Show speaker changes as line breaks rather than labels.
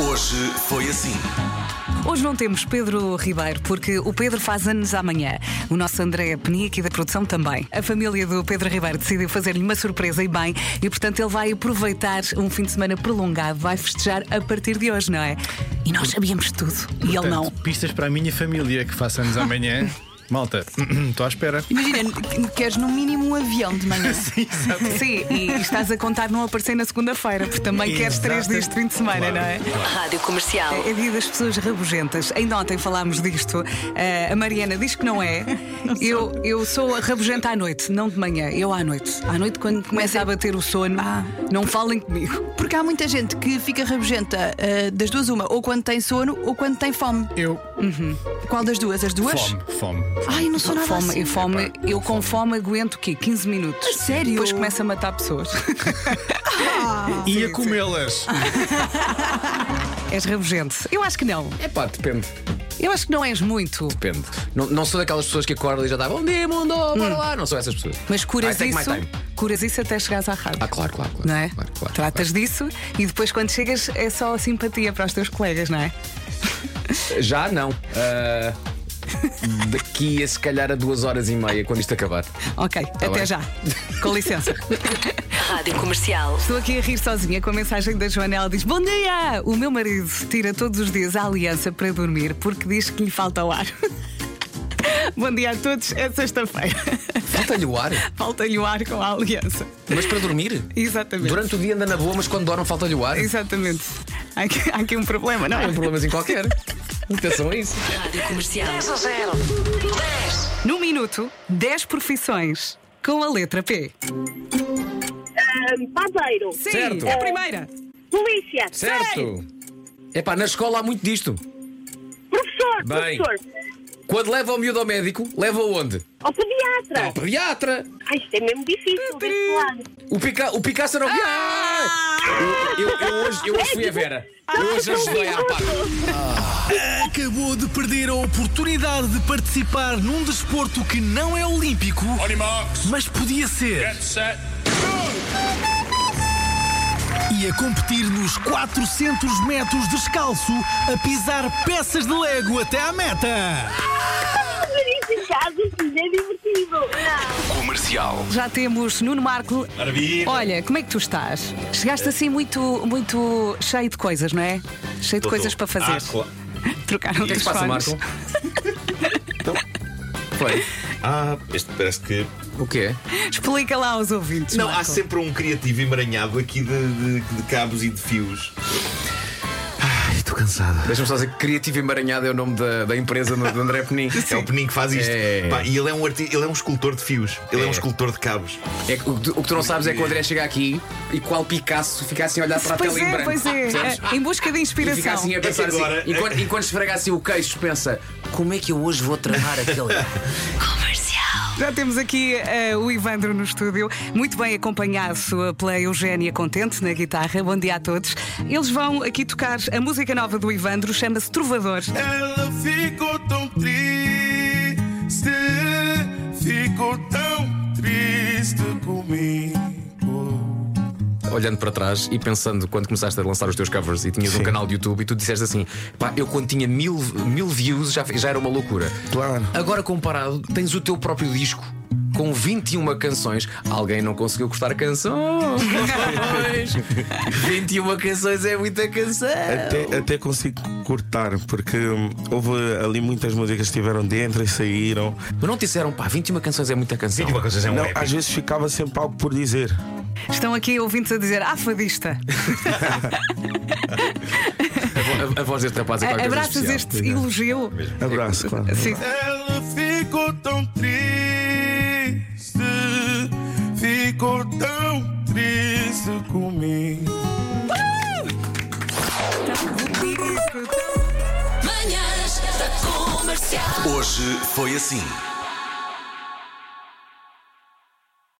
Hoje foi assim.
Hoje não temos Pedro Ribeiro, porque o Pedro faz anos amanhã. O nosso André Peni, aqui da produção, também. A família do Pedro Ribeiro decidiu fazer-lhe uma surpresa e bem, e portanto ele vai aproveitar um fim de semana prolongado, vai festejar a partir de hoje, não é? E nós sabíamos tudo, e ele não.
Portanto, Pistas para a minha família que faça anos amanhã. Malta, estou à espera.
Imagina, n- queres no mínimo um avião de manhã.
Sim, e estás a contar não aparecer na segunda-feira, porque também queres três
Exato.
dias de fim de semana,
Claro.
não é?
Rádio Comercial.
É dia das pessoas rabugentas. Ainda ontem falámos disto. Eh, a Mariana diz que não é. Eu, eu sou a rabugenta à noite, não de manhã, eu à noite. À noite, quando começa a bater o sono, não falem comigo.
Porque há muita gente que fica rabugenta ah, das duas uma, ou quando tem sono ou quando tem fome.
Eu.
Qual das duas? As duas?
Fome, fome.
Ai, não sou nada
Fome,
assim.
e fome, eu com fome aguento o quê? 15 minutos.
A sério?
Depois começa a matar pessoas.
Ia comê-las.
és rabugente. Eu acho que não.
É pá, depende,
Eu acho que não és muito.
depende. Não, não sou daquelas pessoas que acordam e já dá bom dia, mundo, bora lá. Não sou essas pessoas.
Mas curas
I take my
isso.
time.
Curas isso até chegares à rádio.
Ah, claro, claro, claro.
Não é?
Claro, claro,
Tratas disso e depois quando chegas é só simpatia para os teus colegas, não é?
claro. Já não. Ah, daqui a se calhar a duas horas e meia, quando isto acabar.
Ok, até
Tá bem.
já. Com licença.
Rádio Comercial.
Estou aqui a rir sozinha com a mensagem da Joana. Ela diz: Bom dia! O meu marido tira todos os dias a aliança para dormir porque diz que lhe falta o ar. Bom dia a todos, é sexta-feira.
Falta-lhe o ar,
Falta-lhe o ar com a aliança.
mas para dormir.
Exatamente.
Durante o dia anda na boa, mas quando dorme falta-lhe o ar.
Exatamente. Há aqui, há aqui um problema, não
Há um
é?
problemazinho qualquer. Atenção a isso.
Rádio Comercial.
Num minuto, 10 profissões com a letra P.
Ahm, padeiro,
Sim,
Certo.
é a primeira.
polícia,
Certo. É pá, na escola há muito disto.
professor,
Bem.
professor,
Quando leva o miúdo ao médico, leva-o onde?
ao pediatra.
Ao pediatra.
Ai, isto é mesmo difícil, deste lado.
O, Pica, o Picasso era o Ah! Eu, eu- eu hoje, eu hoje fui a Vera.
Ah,
Eu hoje ajudei à pá.
Acabou de perder a oportunidade de participar num desporto que não é olímpico, mas podia ser. E a competir nos 400 metros descalço, a pisar peças de lego até à meta.
Fazer isso em casa, sim, é divertido. Não.
Comercial.
Já temos Nuno Marco. Olha, como é que tu estás? Chegaste assim muito, muito cheio de coisas, não é? Cheio de coisas para fazer.
Ah,
Trocaram
que
os
se passa,
fones.
Marco? Então, Foi.
Ah, este parece que.
O quê?
Explica lá aos ouvintes.
Não,
Marco.
há sempre um criativo emaranhado aqui de, de- de cabos e de fios. Ai, estou cansado.
Deixa-me só dizer que Criativo Emaranhado é o nome da, da empresa do do André Penin.
É o Peninho que faz isto.
É.
Pá, e ele é, um arti... ele é um escultor de fios. Ele é,
É.
um escultor de cabos.
É que o, que tu- o que tu não sabes é que o André chega aqui e qual Picasso fica assim a olhar para a
Pois
tela em
é,
branco.
pois é.
percebes?
Em busca de
E fica
inspiração.
assim a
É que
pensar
agora-
assim. E quando, e quando esfrega assim o queixo, pensa: como é que eu hoje vou tramar aquele.
Já temos aqui eh, o Ivandro no estúdio, muito bem acompanhado pela Eugénia Contente na guitarra. Bom dia a todos. Eles vão aqui tocar a música nova do Ivandro, chama-se Trovador.
Ela ficou tão triste, ficou tão triste comigo.
olhando para trás e pensando quando começaste a lançar os teus covers e tinhas um canal de YouTube e tu disseste assim: pá, eu quando tinha mil, mil views já, já era uma loucura.
Claro.
Agora comparado, tens o teu próprio disco. Com 21 canções, alguém não conseguiu cortar canções. 21 canções é muita canção.
Até, até consigo cortar, porque hum, houve ali muitas músicas que estiveram dentro e saíram.
Mas não te disseram, pá, 21 canções é muita canção.
Uma coisa é um
Não,
app.
às vezes ficava sempre algo por dizer.
Estão aqui ouvintes a dizer, ah, fadista.
A, vo- a- a voz deste rapaz é qualquer coisa
Abraças
especial.
este elogio.
Abraço, claro.
Sim.
Ela ficou tão triste, ficou tão triste comigo.
Manhãs da Comercial.
Hoje foi assim.